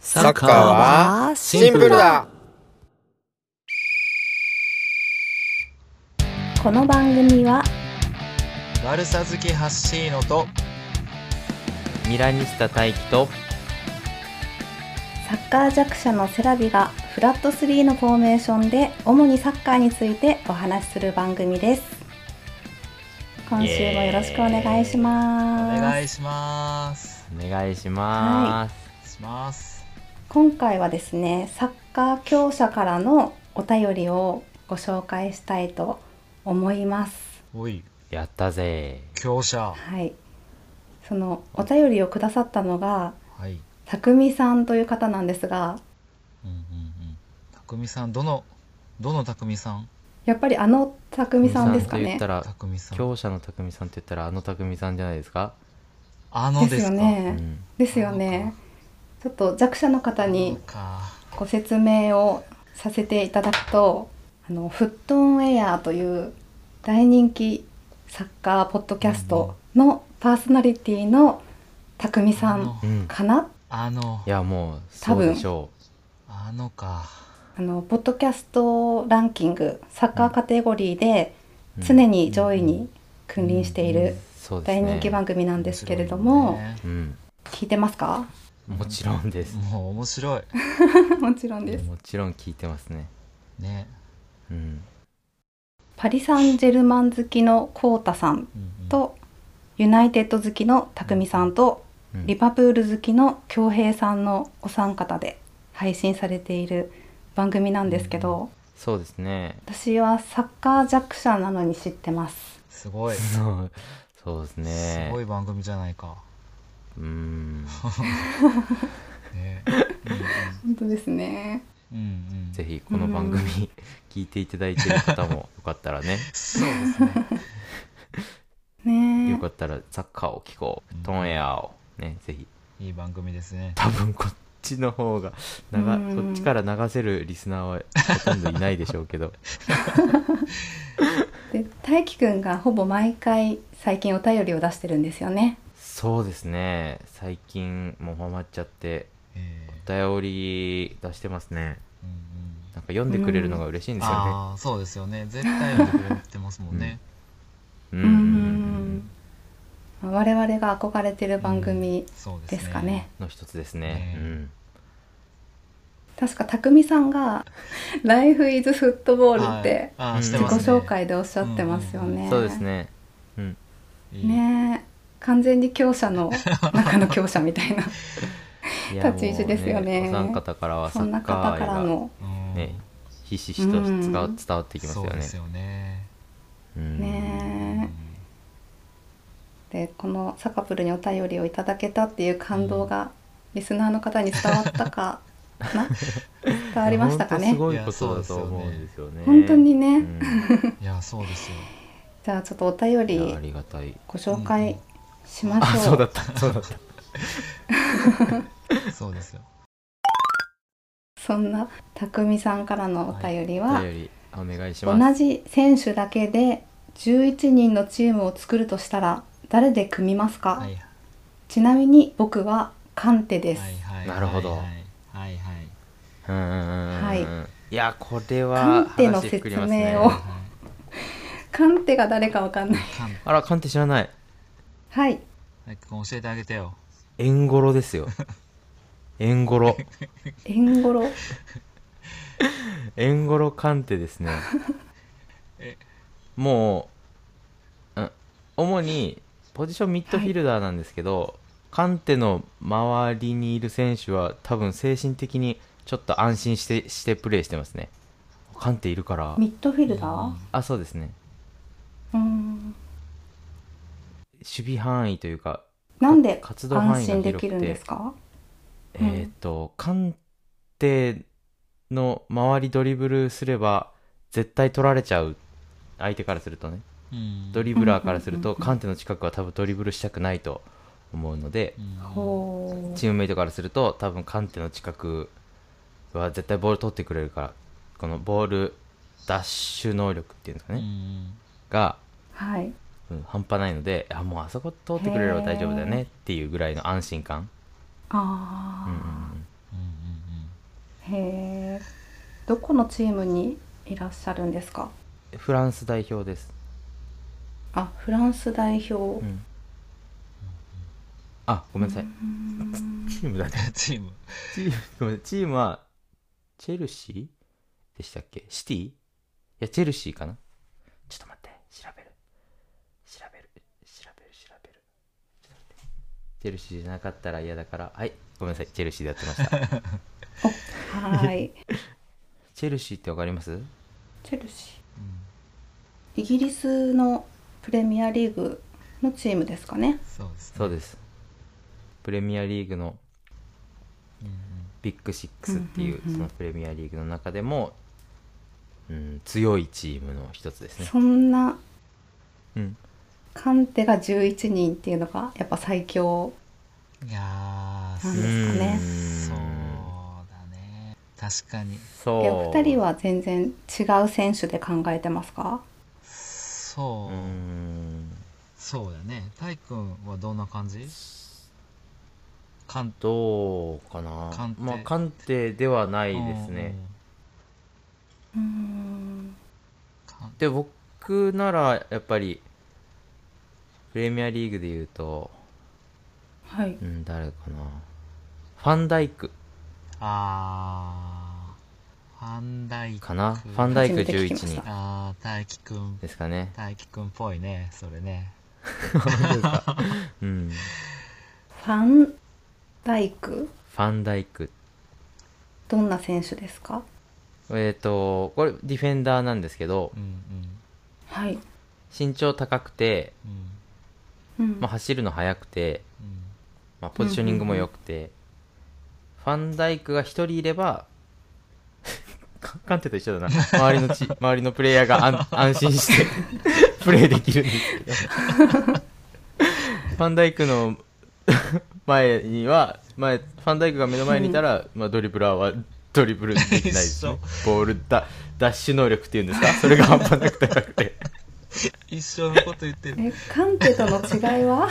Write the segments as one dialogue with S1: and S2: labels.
S1: サッカーはシンプルだ
S2: この番組は
S3: 悪さ好きハッシーノと
S4: ミラニスタ大輝と
S2: サッカー弱者のセラビがフラット3のフォーメーションで主にサッカーについてお話しする番組です今週もよろしくお願いし
S3: お
S2: ます
S3: 願いします
S4: お願いします。
S3: します
S2: 今回はですねサッカー強者からのお便りをご紹介したいと思います
S3: おい
S4: やったぜ。
S3: 強者
S2: はいそのお便りをくださったのが
S3: はい
S2: たくみさんという方なんですが
S3: うんうんうんたくみさんどのどのたくみさん
S2: やっぱりあのたくみさんですか
S4: 匠と言
S2: ね
S4: ったら、
S3: たくみさん
S4: 強者の匠さんって言ったらあの匠さんじゃないですか。
S3: あの
S2: で
S3: ですす
S2: よ
S3: か
S4: う
S2: ね、
S4: ん。
S2: ですよねちょっと弱者の方
S3: そう
S2: に
S3: か
S2: ご説明をさせていただくとあのフットオンエアという大人気サッカーポッドキャストのパーソナリティのたくみさ
S3: あ
S2: ん
S3: の
S4: うん。
S2: かな
S3: あの
S4: いやもうそうでしょ
S3: あのか
S2: あのポッドキャストランキングサッカーカテゴリーで
S4: う。うん
S2: 常。に上位に君臨している
S4: そうです
S2: 大
S4: ね。
S2: 人気番組なんですけれど
S3: 面
S2: も
S3: 白いね
S4: うん。
S2: 聞いてますか
S4: もちろんです。
S3: もう面白い
S2: もちろんです
S4: もちろん聞いてますね。
S3: ね
S4: うん。
S2: パリ・サンジェルマン好きのコウタさん
S3: うんうん
S2: とユナイテッド好きの匠さんと
S4: うん
S2: リバプール好きの恭平さんのお三方で配信されている番組なんですけど
S4: そうですね。
S2: 私はサッカー弱者なのに知ってます
S3: すごいす
S4: そう そうですね。
S3: ごい番組じゃないか
S4: うん。
S3: ね
S2: 本当ですね
S3: うんうんうんうん
S4: ぜひこの番組 聞いていただいている方もよかったらね。
S3: そうですね
S2: ね
S4: よ
S2: え
S4: かったらサッカーを聞こう。フットオンエアを。ね、ぜひ。
S3: いい番組ですね
S4: 多分こっちの方が長
S2: うん
S4: こっちから流せるリスナーはほとんどいないでしょうけ ど
S2: で大輝くんがほぼ毎回最近お便りを出してるんですよね
S4: そうですね最近もうハマっちゃって
S3: え
S4: お便り出してますね
S3: ーうんうん
S4: なんか読んでくれるのが嬉しいんですよね
S3: ああそうですよね絶対読んでくれてますもん ね、
S4: うん
S2: う
S4: うんん
S2: う
S4: うんん
S2: うんまあ我々が憧れてる番組
S3: そうですね
S2: ですかね、
S4: の一つですね、
S3: ね
S2: 確か匠さんが 「ライフイズフットボール」って
S3: あーあー
S4: うん
S3: して
S2: 自己
S3: ますね
S2: 紹介でおっしゃってますよ
S4: う
S2: ね。
S4: ん、そうですねうん
S3: いい
S2: ねえ完全に強 者の中の強者みたいな、
S4: いや
S2: 立ち位置ですよね
S4: もうお三方からはサ
S2: そんな
S4: ッカ
S2: 方
S4: ー
S2: から
S4: が
S2: の
S3: うん
S4: ねひしひしと伝わ
S2: うん
S4: 伝わってきますよ
S3: そうで
S4: ね
S3: すよね
S4: うん
S2: ねえでこのサカプルにお便りをいただけたっていう感動がリスナーの方に伝わったかな 伝わりましたか
S4: いや
S2: ね
S4: 本。当すごいことだと思うんですよね
S2: 本当にね
S4: うん
S3: いやそうですよ
S2: じゃあちょっとお便
S4: いやあ
S2: り
S4: りがたい
S2: ご紹介しま
S4: あ
S2: しょ。
S4: そううだったそうだった
S3: そうですよ
S2: そんな匠さんからのお便りは、
S4: お便りお願いします
S2: 同じ選手だけで11人のチームを作るとしたら誰で組みますか、
S3: はい
S2: ちなみに僕はカンテです、
S3: はいはい
S4: なるほど
S3: はい はいはい
S4: うんうんうんうん
S2: はい
S4: いやこれ
S2: カ
S4: は
S2: ンテの
S4: 話
S2: 説
S4: 膨れますね
S2: 明を、
S3: いは
S2: カンテが誰かわかんない
S3: カン
S4: あらカンテ知らない
S2: はい
S3: 早く教えてあげてよ
S4: エンゴロですよエンゴロ
S2: エンゴロ
S4: エンゴロカンテですね
S3: え
S4: もう、うん、主にポジションミッドフィルダーなんですけど、カンテの周りにいる選手は多分精神的にちょっと安心してしてプレーしてますねカンテいるから
S2: ミッドフィルダー
S4: あそうですね
S2: うん
S4: 守備範囲というか
S2: なんで
S4: 活動範
S2: 安
S4: 囲が
S2: 心
S4: 広
S2: で
S4: く
S2: き
S4: て
S2: るんですかうん
S4: えっ、と、官邸の周りドリブルすれば、絶対取られちゃう。相手からするとね。
S3: うん
S4: ドリブラーからする
S2: うんうん
S4: と、官邸の近くは多分ドリブルしたくないと思うので
S3: う、ん
S2: ほう
S4: チームメイトからすると、多分官邸の近くは絶対ボール取ってくれるから、このボールダッシュ能力っていうんですか
S3: う
S4: ね、
S3: ん
S4: が、
S2: はい
S4: うん半端ないので、あ、もうあそこ通ってくれれば大丈夫だよ
S2: へー
S4: ねっていうぐらいの安心感。
S2: あ
S4: うんうんうん
S2: あ、
S3: うん
S2: どこのチームにいらっしゃるんですか
S4: フランス代表です、
S2: あフランス代表、
S4: うん、あごめんなさい、チームだね
S3: チーム。
S4: チームごめんチームはチェルシーでしたっけシティいやチェルシーかなちょっと待って調べる調べる調べる調べるちょっと待ってチェルシーじゃなかったら嫌だからはいごめんなさいチェルシーでやってました
S2: はい
S4: チェルシーってわかります
S2: チェルシ
S3: うん
S2: ーイギリスのプレミアリーグのチームですかね
S3: そうですね。
S4: そうですプレミアリーグの
S3: うんうん
S4: ビッグシックスっていう
S2: うんうんうん
S4: そのプレミアリーグの中でも、うん、強いチームの一つですね、
S2: そんな
S4: うん、
S2: カンテが11人っていうのがやっぱ最強
S3: いやー、
S2: な
S3: そ
S2: んですかね
S3: そう
S4: うん
S3: だね。確かに。
S4: そう
S2: えお二人は全然違う選手で考えてますか
S4: う
S3: そう、
S4: ん
S3: そうだね。たいくんはどんな感じかん
S4: どうかな
S3: 鑑定
S4: まあ鑑定ではないですね。
S2: うーん
S3: うんうん。
S4: で僕ならやっぱりプレミアリーグで言うと、
S2: はい、
S4: うん、誰かなファンダイク
S3: あー、ファンダイク。
S4: かなファンダイク
S2: 初めて聞
S4: 11
S2: きまし
S4: 人
S2: た
S3: あー、大輝くん。
S4: ですかね
S3: 大輝くんっぽいね、それね。
S4: うん
S2: ファンダイク
S4: ファンダイク
S2: どんな選手ですか
S4: えっ、とこれディフェンダーなんですけど
S3: うん
S2: はい、
S4: 身長高くて、
S3: うん。うん
S2: うん
S4: まあ、走るの速くて、
S3: うん。
S4: まあ、ポジショニングも良くて、ファンダイクが1人いれば、 カカンテと一緒だな。周りのチ、周りのプレイヤーが安安心してプレイできるんですけど。ファンダイクの前には、前、ファンダイクが目の前にいたら、まあ、ドリブラーはドリブルできないです、ね。ボールだ、ダッシュ能力っていうんですかそれが半端なく高くて。
S3: 一生のこと言ってる。
S2: えカンテとの違 いは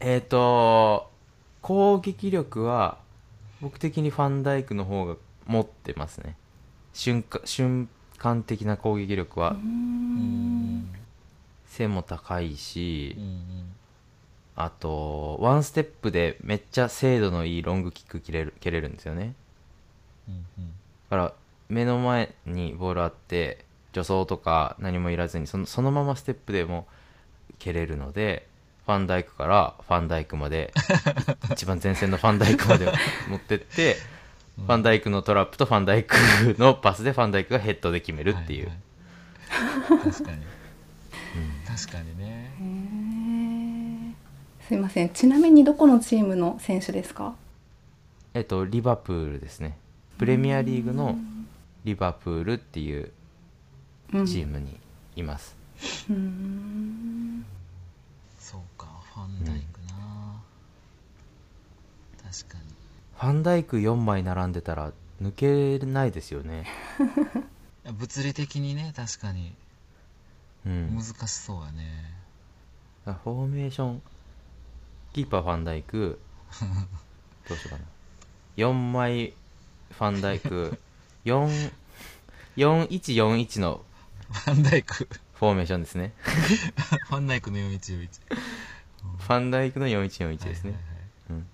S4: えっ、と、攻撃力は、僕的にファンダイクの方が持ってますね。瞬間、瞬間的な攻撃力は
S2: うー、ん
S4: 背も高いし
S3: うんう、ん。
S4: あと、ワンステップでめっちゃ精度のいいロングキック蹴れる、蹴れるんですよね。
S3: うんうん。
S4: だから、目の前にボールあって、助走とか何もいらずに、そのそのままステップでも蹴れるので、ファンダイクからファンダイクま で、い一番前線のファンダイクまで 持ってって、
S3: うん
S4: ファンダイクのトラップとファンダイクのパスでファンダイクがヘッドで決めるっていう。
S3: はは確かに確かにね
S2: へーすいませんちなみにどこのチームの選手ですか
S4: えっと、リバプールですね。プレミアリーグのリバプールっていう
S2: うん
S4: チームにいます。
S2: うーん
S3: そうかファンダイクな、確かに
S4: ファンダイク4枚並んでたら抜けないですよね。
S3: いや物理的にね確かに
S4: うん
S3: 難。しそうやね、
S4: あフォーメーションキーパーファンダイクどうしようかな4枚ファンダイク4 4141の
S3: ファンダイク
S4: フォーメーションですね
S3: ファンダイクの4141
S4: ファンダイクの4141ですね
S3: はいはいはい
S4: うん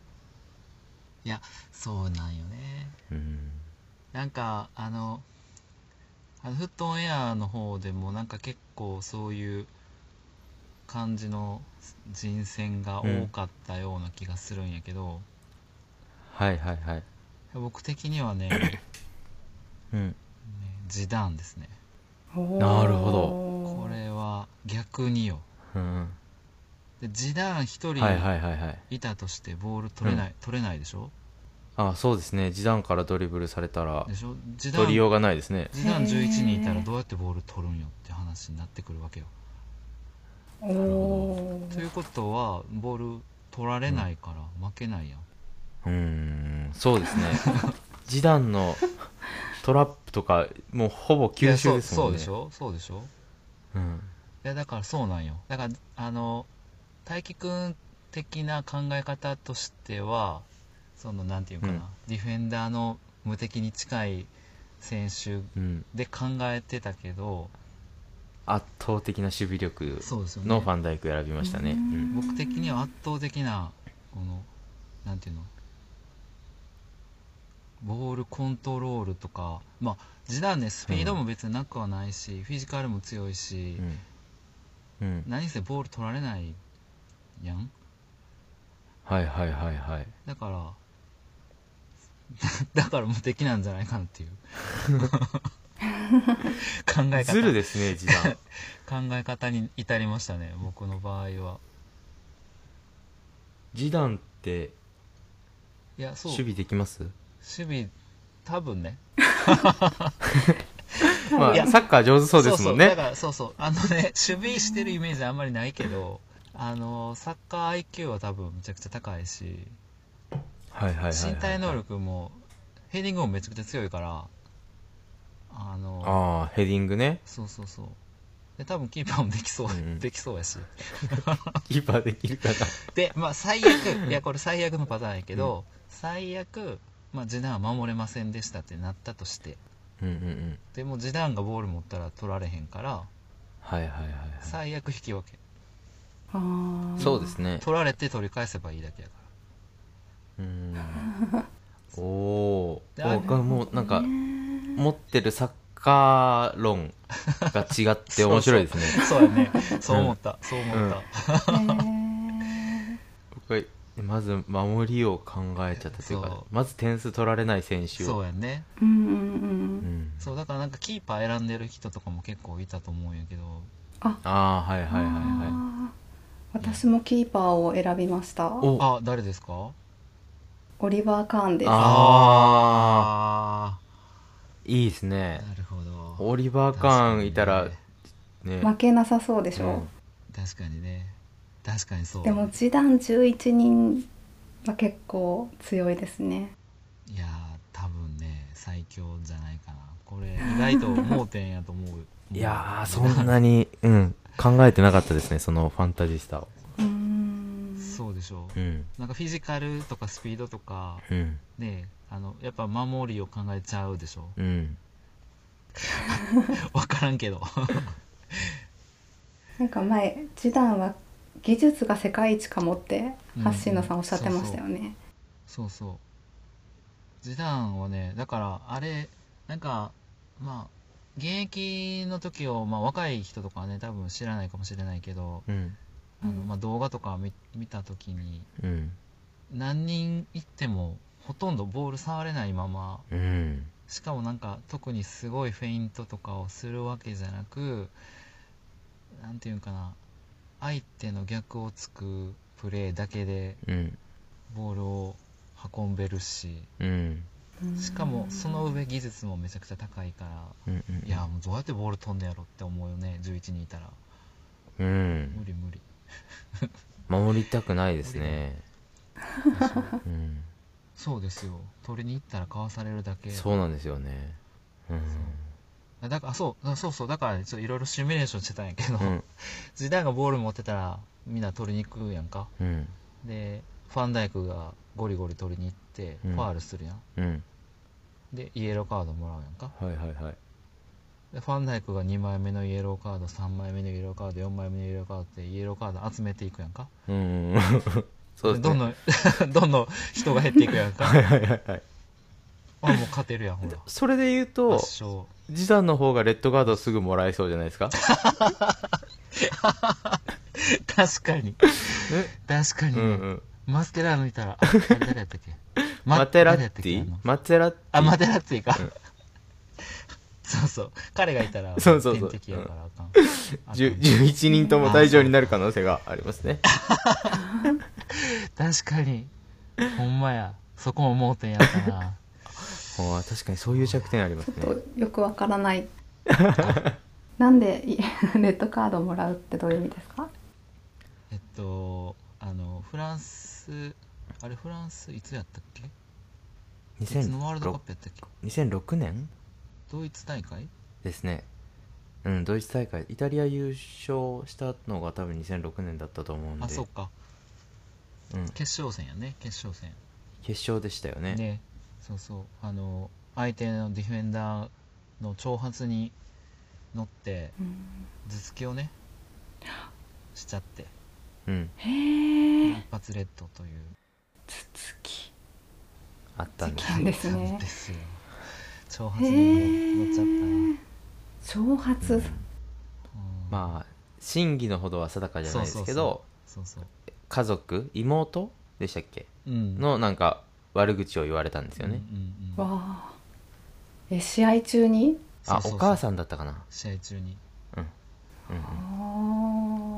S3: いやそうなんよね
S4: うん
S3: なんかあのあのフットオンエアの方でもなんか結構そういう感じの人選が多かったような気がするんやけど、
S4: はいはいはい
S3: 僕的には ねね
S4: うん
S3: ジダンですね
S2: おー
S4: なるほ
S3: これは逆によ
S4: うん
S3: でジダン一
S4: うんはいは
S3: 人
S4: いはいはい
S3: いたとしてボール取れない、取れないでしょ
S4: あそうですね示談からドリブルされたら
S3: でしょジダン
S4: 取りようがないですね
S3: ジダン11人いたらどうやってボール取るんよって話になってくるわけよ
S2: おお
S3: ということはボール取られないから負けないやん、
S4: うーんそうですね示談のトラップとかもうほぼ
S3: い
S4: 吸
S3: や
S4: 収ですもんね
S3: そうそうでしょそうでしょ
S4: うん
S3: いやだからそうなんよだからあの大輝くん的な考え方としてはそのなんていうかな、
S4: うん
S3: ディフェンダーの無敵に近い選手
S4: うん、
S3: で考えてたけど、
S4: 圧倒的な守備力
S3: そうですよね
S4: のファンダイク選びましたね。うん
S3: 僕的には圧倒的なこのなんていうのボールコントロールとかまあ時短ねスピードも別になくはないし、フィジカルも強いし、
S4: うんうん
S3: 何せボール取られないやん
S4: はいはいはいはい。
S3: だから だから無敵なんじゃないかなって いう考え
S4: ズル
S3: 方
S4: ですね、ジ ダン。
S3: 考え方に至りましたね僕の場合は
S4: ジダンって
S3: いやそう
S4: 守備できます
S3: 守備多分ね
S4: ま
S3: いや
S4: あ、サッカー上手そうですもん
S3: そうそう
S4: ね
S3: だ。からそうそうあのね守備してるイメージあんまりないけどあのサッカー IQ は多分めちゃくちゃ高いし
S4: はいはいはいはい。
S3: 身体能。力もヘディングもめちゃくちゃ強いからあの
S4: ああ、ヘディングね。
S3: そうそうそうで多分キーパーもできそう、
S4: うん
S3: できそうやし
S4: キーパーできる かな。
S3: でまあ 最悪いやこれ最悪のパターンやけど、最悪まあジダンは守れませんでしたってなったとして
S4: うんうんうん。
S3: でもジダンがボール持ったら取られへんから
S4: はいはいはいはい。
S3: 最悪引き分け
S4: そうですね。
S3: 取られて取り返せばいいだけやから
S4: うー ん。おお
S3: で
S4: ー。
S3: あ
S4: おこれもうなんか、持ってるサッカー論が違って面白いですね。
S3: そうやね。そう思った。そう思った。
S4: 僕はまず守りを考えちゃったというか
S3: そ、
S4: まず点数取られない選手を。
S3: そうやね。
S2: うんうんうん
S4: うん
S3: そう、だからなんかキーパー選んでる人とかも結構いたと思うんやけど、
S4: ああ、はいはいはいは
S2: あー私もキーパーを選びました
S4: い。お
S3: あ、誰ですか
S2: オリバー・カーンです
S4: あ
S3: あ
S4: いいですね
S3: ー。なるほど。
S4: オリバー・カーンいたらね
S2: 負けなさそうでし
S4: う
S2: ょ
S4: ん、
S3: 確かにね。確かにそう。
S2: でも示談11人は結構強いですね
S3: いやー、多分ね、最強じゃないかな。これ、意外と盲点やと思う。
S4: いやーそんなに、 うん、考えてなかったですねそのファンタジスタを
S2: うーん
S3: そうでしょ
S4: う
S3: う。
S4: ん
S3: なんかフィジカルとかスピードとか、
S4: うん
S3: ね、あの、やっぱ守りを考えちゃうでしょ
S4: うん
S3: わからんけど。
S2: なんか前示談は技術が世界一かもってハッシーナさんおっしゃってましたよね、
S3: そうそう。ジダンはね、だから、あれ、なんか、まあ、現役の時を、まあ、若い人とかはね、多分知らないかもしれないけど、
S4: うん
S3: あのまあ、動画とか見見た時に、
S4: うん
S3: 何人行っても、ほとんどボール触れないまま、
S4: うん
S3: しかもなんか、特にすごいフェイントとかをするわけじゃなく、なんていうんかな、相手の逆をつくプレーだけで、
S4: うん
S3: ボールを運べるし、
S4: うん
S3: しかもその上技術もめちゃくちゃ高いか
S4: う
S3: ら、
S4: ん
S3: いやもうどうやってボール飛んでやろうって思うよね11人いたら
S4: うん
S3: 無理無理
S4: 守りたくないですねうん
S3: そうですよ取りに行ったらかわされるだけ
S4: そうなんですよねうん
S3: あだからあそうあそうそうだからねちょっといろいろシミュレーションしてたんやけど、
S4: うん
S3: 時代がボール持ってたらみんな取りに行くやんか
S4: うん
S3: でファンダイクがゴリゴリ取りに行って
S4: う
S3: フ
S4: ん
S3: ァールするやん、
S4: うん
S3: でイエローカードもらうやんか
S4: はいはいはい
S3: でファンダイクが2枚目のイエローカード3枚目のイエローカード4枚目のイエローカードってイエローカード集めていくやんか
S4: うん うんそうですね
S3: どんどん どんどん人が減っていくやんか
S4: はいはいはいはい
S3: あもう勝てるやんほら
S4: それで言うと
S3: 圧勝
S4: ジダンの方がレッドカードすぐもらえそうじゃないですか
S3: 確かに
S4: え
S3: 確かに
S4: う
S3: ね、
S4: んうん
S3: マステラーのいたらああれ誰やったっけま
S4: マテラ
S3: 誰や
S4: ッ
S3: った
S4: テ
S3: っけあ
S4: ィ
S3: の
S4: マテラッティ
S3: あマテラッティか、
S4: うん
S3: そうそう彼がいたら
S4: そうそうそう
S3: 天敵やからあかん あ
S4: じゅ
S3: かん
S4: 11人とも退場になる可能性があります ね。
S3: 確かにほんまやそこも盲点やった な
S4: あー確かにそういう弱点あります
S2: ち
S4: ね。
S2: ょっとよくわからないなんでい レッドカードもらうってどういう意味ですか
S3: えっとあのフランスあれフランスいつやったっけいつのワールドカッ
S4: 2006,
S3: プやったっけ
S4: 2006年
S3: ドイツ大会
S4: ですね。うん、ドイツ大会、イタリア優勝したのが多分2006年だったと思うんで、
S3: あそうか
S4: うん、
S3: 決勝戦やね決勝戦
S4: 決勝でしたよね。
S3: ねそうそうあの相手のディフェンダーの挑発に乗って
S2: うん
S3: 頭突きをねしちゃって
S4: うん
S2: へえ
S3: 一発レッドという
S2: 続き
S4: あったんです
S2: なんですね
S3: なんですよ挑
S2: へ
S3: 発に乗っちゃったな、
S2: え挑発
S3: うん
S4: まあ真偽のほどは定かじゃないですけど
S3: そうそう
S4: 家族妹でしたっけ
S3: うん
S4: のなんか悪口を言われたんですよね、
S3: うんうんうん
S2: わあえ試合中に
S4: あお母
S3: ん
S4: さんだったかな
S3: 試合中に
S4: うんうん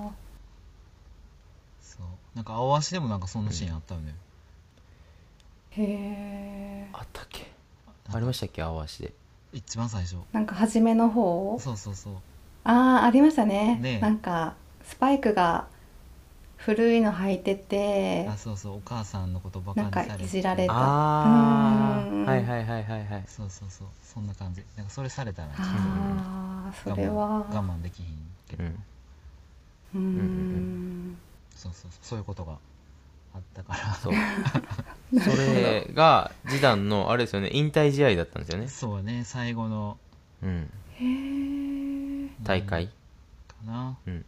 S2: あー
S3: そうなんか青足でもなんかそんなシーンあったよね、
S2: へえ
S4: あったっけありましたっけ青足で
S3: 一番最初
S2: なんか初めの方
S3: そうそうそう
S2: ああありましたね
S3: ねえ
S2: なんかスパイクが古いの履いてて
S3: あそうそうお母さんのことばかり
S2: なん
S3: さ
S2: か
S3: れて
S2: いじられた
S4: あ
S2: うーん
S4: あはいはいはいはいはい
S3: そうそうそうそんな感じなんかそれされたらちょっと
S2: ああそ
S3: 我
S2: れ
S3: 慢
S2: は
S3: 我慢できひんけど、
S4: うん
S2: うー
S4: うん
S3: そうそうそうそういうことがあったから
S4: そうそれが次男のあれですよね引退試合だったんですよね、
S3: そうね最後の
S4: うん、
S2: へえ
S4: 大会、
S3: かな、
S4: うん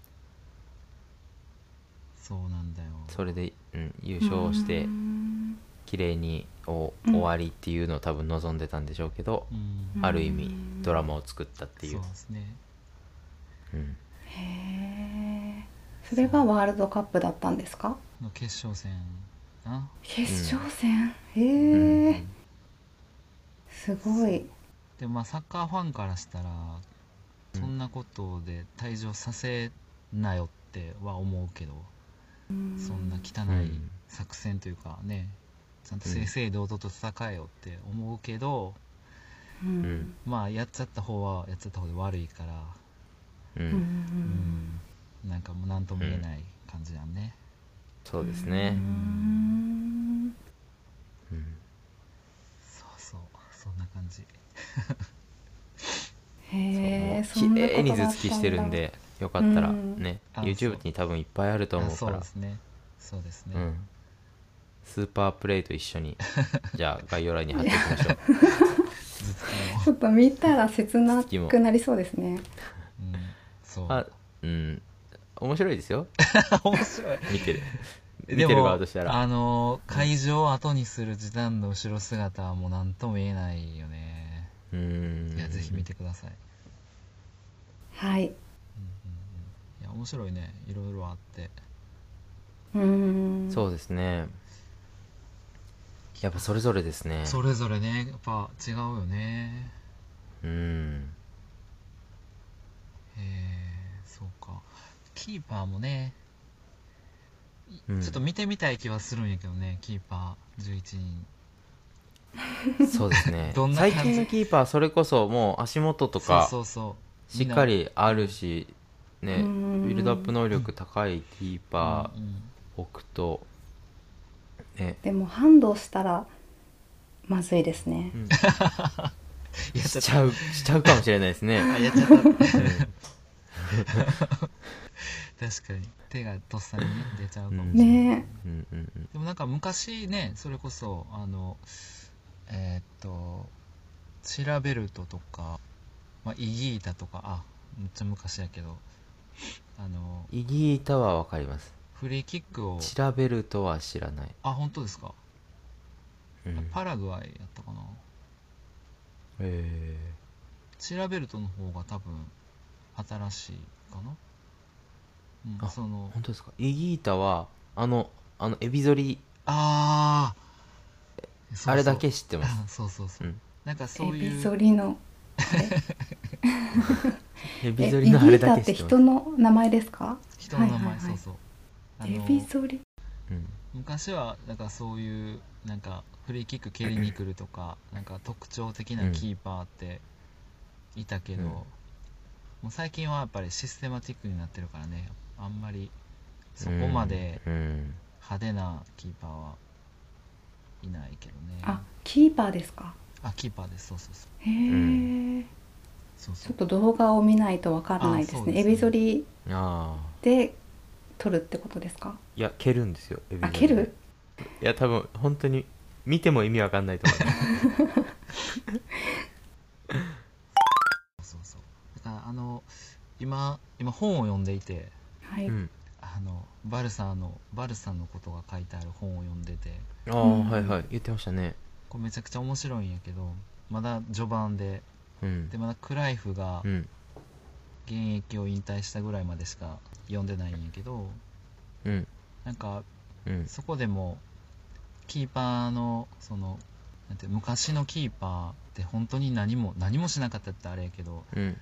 S3: そうなんだよ
S4: それで、うん、優勝して
S2: うん
S4: 綺麗にお
S2: うん
S4: 終わりっていうのを多分望んでたんでしょうけど、
S3: うん
S2: うん
S4: ある意味ドラマを作ったってい
S3: そう
S4: う
S3: ですね
S4: うん
S2: へえそれがワールドカップだったんですか
S3: の決勝戦かな
S2: 決勝戦、へえ、すごい
S3: でまあサッカーファンからしたらそんなことで退場させなよっては思うけど、そんな汚い作戦というかねちゃんと正々堂々と戦えよって思うけど、
S2: う
S4: うん
S2: ん
S3: まあやっちゃった方はやっちゃった方で悪いから、
S4: うん、
S2: うん
S3: うんなんかもう何とも言えない感じだね、
S4: そうですね、
S2: うん
S4: うん
S3: そうそうそんな感じ
S2: へえ
S4: そうもう綺麗に頭突きしてるんでよかったら
S2: うん
S4: ね、
S3: あ
S4: YouTube に多分いっぱいあると
S3: あ
S4: 思う
S3: そ
S4: か
S3: う
S4: ら
S3: ですねそうですね、
S4: うん、スーパープレイと一緒 にじゃあ概要欄に貼っておきましょう
S3: 頭突きも
S2: ちょっと見たら切なくなりそうです
S3: う
S2: ね
S3: んそう
S4: あうん面白いですよ
S3: 面白い
S4: 見てる見
S3: で
S4: てる
S3: も
S4: 側としたら
S3: あのー会場を後にする時短の後ろ姿はもう何とも言えないよね
S4: うーん
S3: いやぜひ見てください、
S2: はい
S3: いや面白いねいろいろあって
S2: うん
S4: そうですねやっぱそれぞれですね
S3: それぞれねやっぱ違うよね
S4: うん
S3: へえそうかキーパーもねい
S4: うん
S3: ちょっと見てみたい気はするんやけどねキーパー11人
S4: そうですね
S3: どんな感
S4: 最
S3: じ
S4: 近のキーパーそれこそもう足元とか
S3: そうそうそう
S4: しっかりあるしね
S2: うん
S4: ビルドアップ能力高いキー
S3: みん
S4: パ
S3: なうん
S4: ー置くとね
S2: でもハンドしたらまずいですね
S4: うん
S3: やっちゃ
S4: し
S3: っ
S4: ちゃ うしちゃうかもしれないですね
S3: たやっちゃった 確かに手がとっさにね出ちゃうかもしれない、
S2: ね
S4: うんうんうん
S3: でもなんか昔ねそれこそあのえーっとシラベルトとか、まあ、イギータとかあめっちゃ昔やけどあの
S4: イギータはわかります
S3: フリーキックを
S4: 調べるとは知らない、
S3: あ本当ですか
S4: うん、
S3: パラグアイやったかな
S4: え
S3: シラベルトの方が多分新しいかな、うん、
S4: あ
S3: その
S4: 本当ですかイギータはあのあのエビ反り
S3: あーそうそう
S4: あれだけ知ってます
S3: あ そうそうそう、
S4: うん
S3: なんかそ
S2: え
S3: うい
S2: エ
S3: う
S2: ビ反りの
S4: エビ
S2: え
S4: 反
S2: エ
S4: り
S2: ビ
S4: のあれ
S2: ー
S4: だけ
S2: タって
S4: 知って
S2: 人
S4: ます
S2: の名前ですか
S3: 人の名
S2: はいは
S3: 前、
S2: いはい
S3: そうそうあ
S2: エ
S3: の
S2: ビ反り
S4: うん
S3: 昔はなんかそういうなんかフリーキック蹴りに来る とかなんか特徴的なキーパーっていたけど、
S4: うん
S3: もう最近はやっぱりシステマティックになってるからねあんまりそこまで
S4: うん
S3: 派手なキーパーはいないけどね、
S2: あキーパーですか
S3: あキーパーですそうそうそう
S2: へえ、
S4: ん
S3: そう
S2: ち
S3: そう
S2: ょっと動画を見ないとわからないです
S3: あ
S2: ね
S3: そうです
S2: エ
S3: ね
S2: ビ反り
S4: うんああ
S2: で撮るってことですか
S4: いや蹴るんですよエビ
S2: あ
S4: 反り
S2: 蹴る
S4: いや多分本当に見ても意味わかんないと思い ます。
S3: そうそうだからあの今今本を読んでいて
S2: はい、
S4: うん、
S3: あのバルサーのバルサのことが書いてある本を読んでて
S4: ああ、
S2: うん
S4: はいはい言ってましたね。
S3: これめちゃくちゃ面白いんやけどまだ序盤で
S4: うん
S3: で。まだクライフが
S4: うん。
S3: 現役を引退したぐらいまでしか読んでないんやけど
S4: うん。
S3: なんか
S4: うん。
S3: そこでもキーパーのそのなんて昔のキーパーって本当に何も何もしなかったってあれやけど
S4: うん。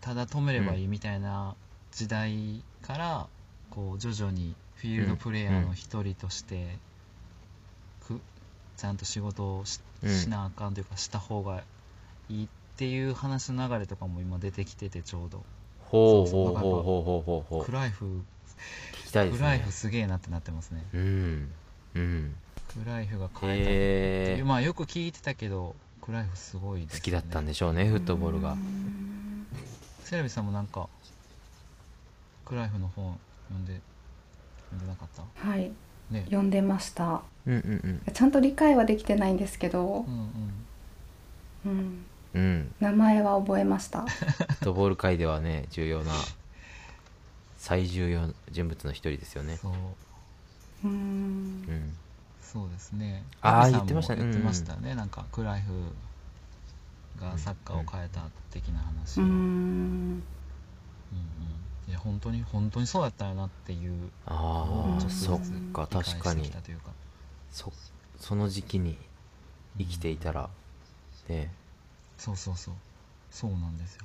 S3: ただ止めればいいみたいな時代から、こう徐々にフィールドプレイヤーの一人として、くちゃんと仕事をし,、
S4: うん
S3: なあかんというかした方がいいっていう話の流れとかも今出てきててちょうど
S4: ほう
S3: そ
S4: ほ
S3: う
S4: ほ
S3: そうう
S4: うほうほうほうほ
S3: ク
S4: う。
S3: ライフ
S4: 聞きたいで
S3: ク
S4: す
S3: ライ
S4: ね
S3: フ。すげえなってなってますね
S4: うん。うん。
S3: クライフが変えたっていう
S4: えー、
S3: まあよく聞いてたけどクライフすごいです、ね、
S4: 好きだったんでしょうね、フットボールが。
S3: セラビさんもなんかクライフの本読んで読んでなかった
S2: はい
S3: ね
S2: 読んでました
S4: うんうん
S2: ちゃんと理解はできてないんですけど
S3: うん、うん
S2: うん、
S4: うん。うん。
S2: 名前は覚えま した
S4: フットボール界ではね、重要な、最重要人物の一人ですよね。
S3: そう
S2: うーん
S4: うん。
S3: そうですね。
S4: あー
S3: ラビさん
S4: 言
S3: も
S4: ってましたね
S3: 言ってましたね。なんかクライフがサッカーを変えた的な話。
S2: うー
S3: うんうん
S2: ん
S3: いや本当に本当にそうだったよなっていう。
S4: あ
S2: う
S4: あ、
S2: ん
S4: そっか、確か
S3: 理解してき
S4: に
S3: た。というか
S4: そ、その時期に生きていたら、ね、
S3: そうそうそう。そうなんですよ。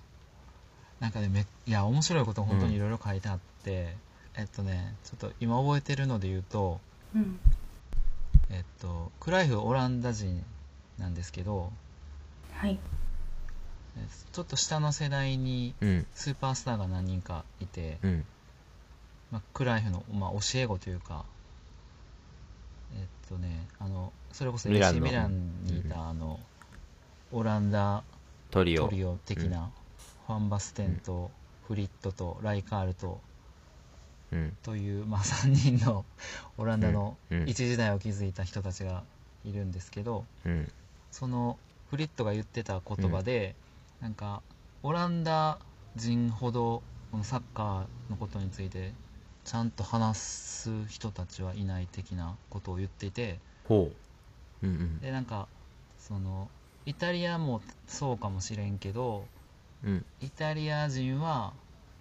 S3: なんかねめいや面白いこと本当にいろいろ書いてあって、えっとねちょっと今覚えてるので言うと
S2: うん
S3: えっとクライフオランダ人なんですけど
S2: はい
S3: えちょっと下の世代に
S4: うん、
S3: スーパースターが何人かいて。
S4: うん、
S3: まあ、クライフの、まあ、教え子というか、えっとね、あのそれこそ AC
S4: ミ
S3: ミ
S4: ラ
S3: ラ
S4: ンの
S3: ンにいた、あのオランダ
S4: トリ
S3: ト
S4: オ。
S3: リオ的な、ファンバステンとフリットとライカールと
S4: うん、
S3: という、まあ、3人 のオランダの
S4: うんうん
S3: 一時代を築いた人たちがいるんですけど、
S4: うん、
S3: そのフリットが言ってた言葉で、なんかオランダ人ほどこのサッカーのことについてちゃんと話す人たちはいない的なことを言っていて
S4: ほう。うん、
S3: でなんかそのイタリアもそうかもしれんけど
S4: うん、
S3: イタリア人は、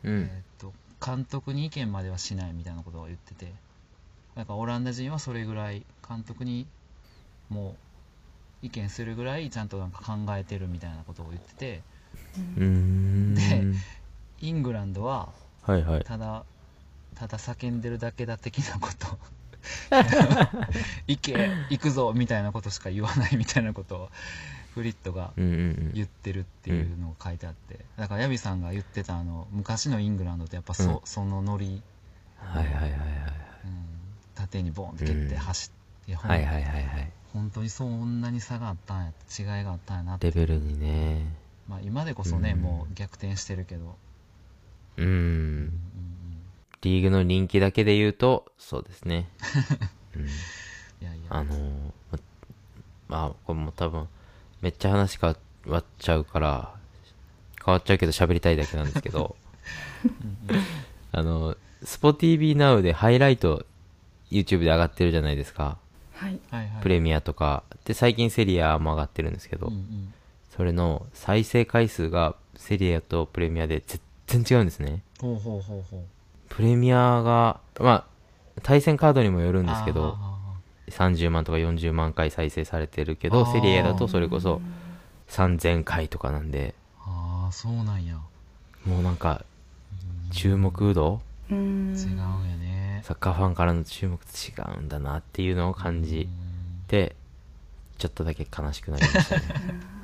S4: うん、うん
S3: えーっと監督に意見まではしないみたいなことを言っててなんかオランダ人はそれぐらい監督にもう意見するぐらいちゃんとなんか考えてるみたいなことを言ってて。
S4: うーん。
S3: でイングランドは
S4: はいはい。
S3: ただただ叫んでるだけだ的なこと 行け行くぞみたいなことしか言わないみたいなことをフリットが
S4: うんうんうん。
S3: 言ってるっていうのが書いてあってだからヤビさんが言ってたあの昔のイングランドってやっぱそ,、
S4: うん
S3: そのノリ、
S4: はいはいはいはい
S3: うん、縦にボンって蹴って走って、いやほん
S4: はいはいはいはい
S3: 本当にそんなに差があったんや違いがあったんやなって、
S4: レベルにね
S3: まあ、今でこそね、
S4: うん
S3: もう逆転してるけど、
S4: うー
S3: うん
S4: ん
S3: うんうん
S4: リーグの人気だけで言うとそうですね、 うん、
S3: いやいや
S4: あのーまあこれも多分めっちゃ話変わっちゃうから変わっちゃうけど喋りたいだけなんですけ どあのスポ TV Now でハイライト YouTube で上がってるじゃないですか
S2: はい
S3: はいはい
S4: プレミアとかで最近セリアも上がってるんですけど、
S3: うんうん
S4: それの再生回数がセリアとプレミアで全然違うんですね。
S3: ほうほうほうほう
S4: プレミアが、まあ、対戦カードにもよるんですけ
S3: あー
S4: ど
S3: は、ーは
S4: 30万とか40万回再生されてるけ
S3: あ
S4: ど、
S3: ー
S4: セリアだとそれこそ3000回とかなんで、
S3: ーあーそうなんや
S4: もうなんか、注目度
S2: うーん
S3: 違うんやね
S4: サッカーファンからの注目と違うんだなっていうのを感じて、ちょっとだけ悲しくなり ましたね。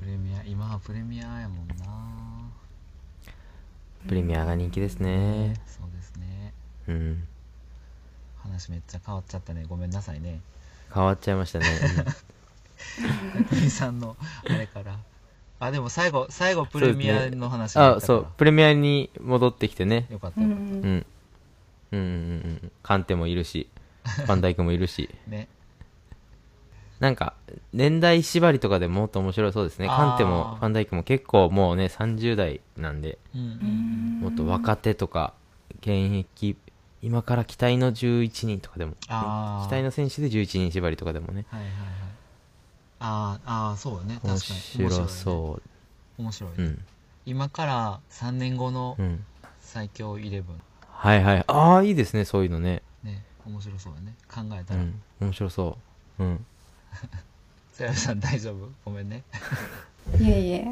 S3: プレミア今はプレミアやもんな
S4: プレミアが人気ですね。
S3: そうですね
S4: うん。
S3: 話めっちゃ変わっちゃったねごめんなさいね
S4: 変わっちゃいましたね。
S3: 武井さんのあれからあでも最後最後プレミアの話
S4: うん
S3: にな
S4: あ、
S3: ったか
S4: そう、プレミアに戻ってきてね
S3: ら、よかった
S2: う
S3: よかっ
S2: ん
S4: うん。うんうんうんうん。カンテもいるし、バンダイクもいるし、
S3: たね
S4: なんか、年代縛りとかでもっと面白そうですね。
S3: あー
S4: カンテもファンダイクも結構もうね、30代なんで、
S3: うんうん
S2: うん
S4: もっと若手とか、現役、今から期待の11人とかでも、
S3: あー
S4: 期待の選手で11人縛りとかでもね、
S3: はいはいはいあーあーそうだね確かに
S4: 面白そ
S3: 面白い,、
S4: う。
S3: ね面白いね今から3年後の
S4: うん。うん。
S3: 最強イレブン
S4: はいはい。ああ、いいですね、そういうのね。
S3: ね面白そうだね考え
S4: う
S3: たら、
S4: ん。面白そう。うん。
S3: セラミさん大丈夫ごめ んね
S2: いえいえ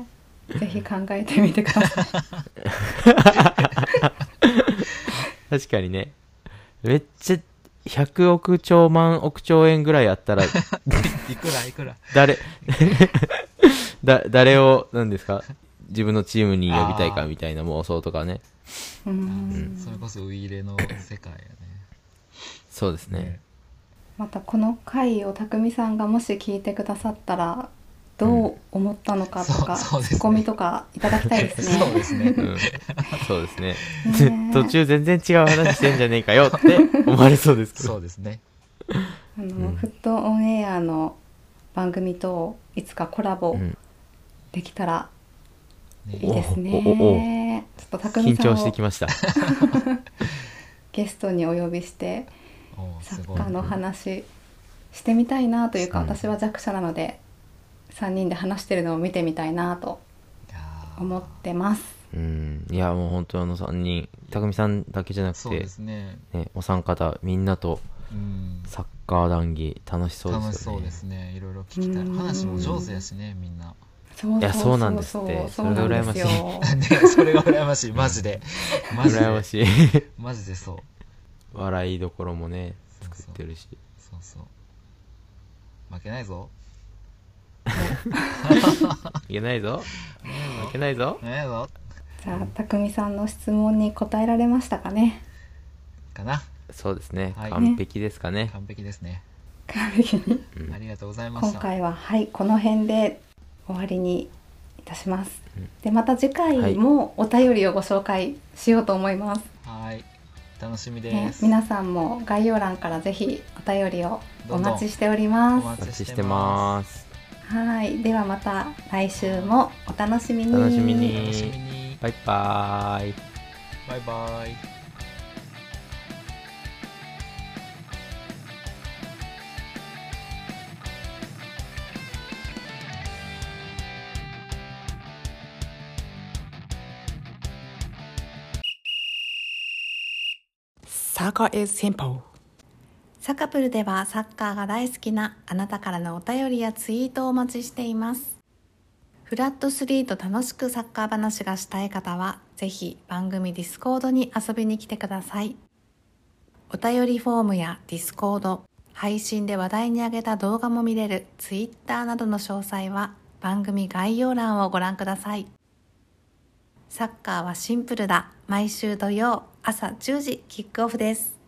S2: ぜひ考えてみてくだ さい
S4: 確かにね。めっちゃ、100億兆万億兆円ぐらいあったら、
S3: いくらいくら
S4: 誰、 だ、誰を、何ですか自分のチームに呼びたいかみたいな妄想とかね。
S2: うーん
S3: それこそウイイレの世界やね
S4: そうですね
S3: ね。
S2: またこの回を匠さんがもし聞いてくださったらどう思ったのかとか、
S3: うんそうそうです
S2: ツ
S3: ね
S2: ッコミとかいただきたいです ね。
S3: そうですね、
S4: うん。そうですね
S2: ね。え
S4: 途中全然違う話してんじゃねえかよって思われそうですけど。
S3: そうですね
S2: あの、フットオンエアの番組といつかコラボ
S4: うん
S2: できたら
S3: ね
S2: いいですね。
S4: おおお
S2: ちょっと匠
S4: 緊
S2: さん
S4: 張して
S2: を
S4: きました。
S2: ゲストにお呼びして
S3: おー
S2: サ
S3: す
S2: ッ
S3: ごい
S2: カーの話してみたいなというか、
S4: うん
S2: 私は弱者なので3人で話してるのを見てみたいなと
S3: あー
S2: 思ってます。
S4: うん。いや、もう本当あの3人、匠さんだけじゃなく
S3: そう
S4: て
S3: で、すね
S4: ね、お三方、みんなと
S3: うん
S4: サッカー談義、楽しそうですよね。
S3: 楽しそうですねいろいろ聞きたい
S2: うん
S3: 話も上手やしねみんな
S2: そう
S4: いやそうなんですって
S2: そ
S4: それが
S2: うそうな
S4: 羨
S2: ん
S4: ま
S2: で
S4: しい
S2: すよ。
S3: ねそれが羨ましいマ ジでマジで
S4: 羨ましい。
S3: マジでそう
S4: 笑いどころもね、
S3: そう
S4: 作
S3: そう
S4: ってるし。
S3: そうそう負けないぞ
S4: いけないぞ。いけないぞ
S3: 負。け ないぞ
S2: じゃあ匠さんの質問に答えられましたかね。
S3: かな
S4: そうですね。
S3: はい
S4: 完璧ですかね。
S3: 完璧ですね
S2: 完璧に
S3: ありがとうございまし
S2: 今
S3: た
S2: 回ははいこの辺で終わりにいたします。でまた次回もお便りをご紹介しようと思います。
S3: はい楽しみで
S2: ね
S3: す
S2: 皆さんも概要欄からぜひお便りをお待ちしており
S3: お
S2: ます。
S4: お
S3: 待
S4: 待ち
S3: ちし
S4: してて
S3: ま
S4: ます。
S2: はいではまた来週もお楽しみに。
S4: 楽しみ
S3: す
S4: に
S3: 楽しみに
S4: バイバーイ。
S3: バイバイ
S1: サカ is simple.
S2: サカプルではサッカーが大好きなあなたからのお便りやツイートをお待ちしています。フラット3と楽しくサッカー話がしたい方は、ぜひ番組ディスコードに遊びに来てください。お便りフォームやディスコード、配信で話題に上げた動画も見れるツイッターなどの詳細は番組概要欄をご覧ください。サッカーはシンプルだ。毎週土曜朝10時キックオフです。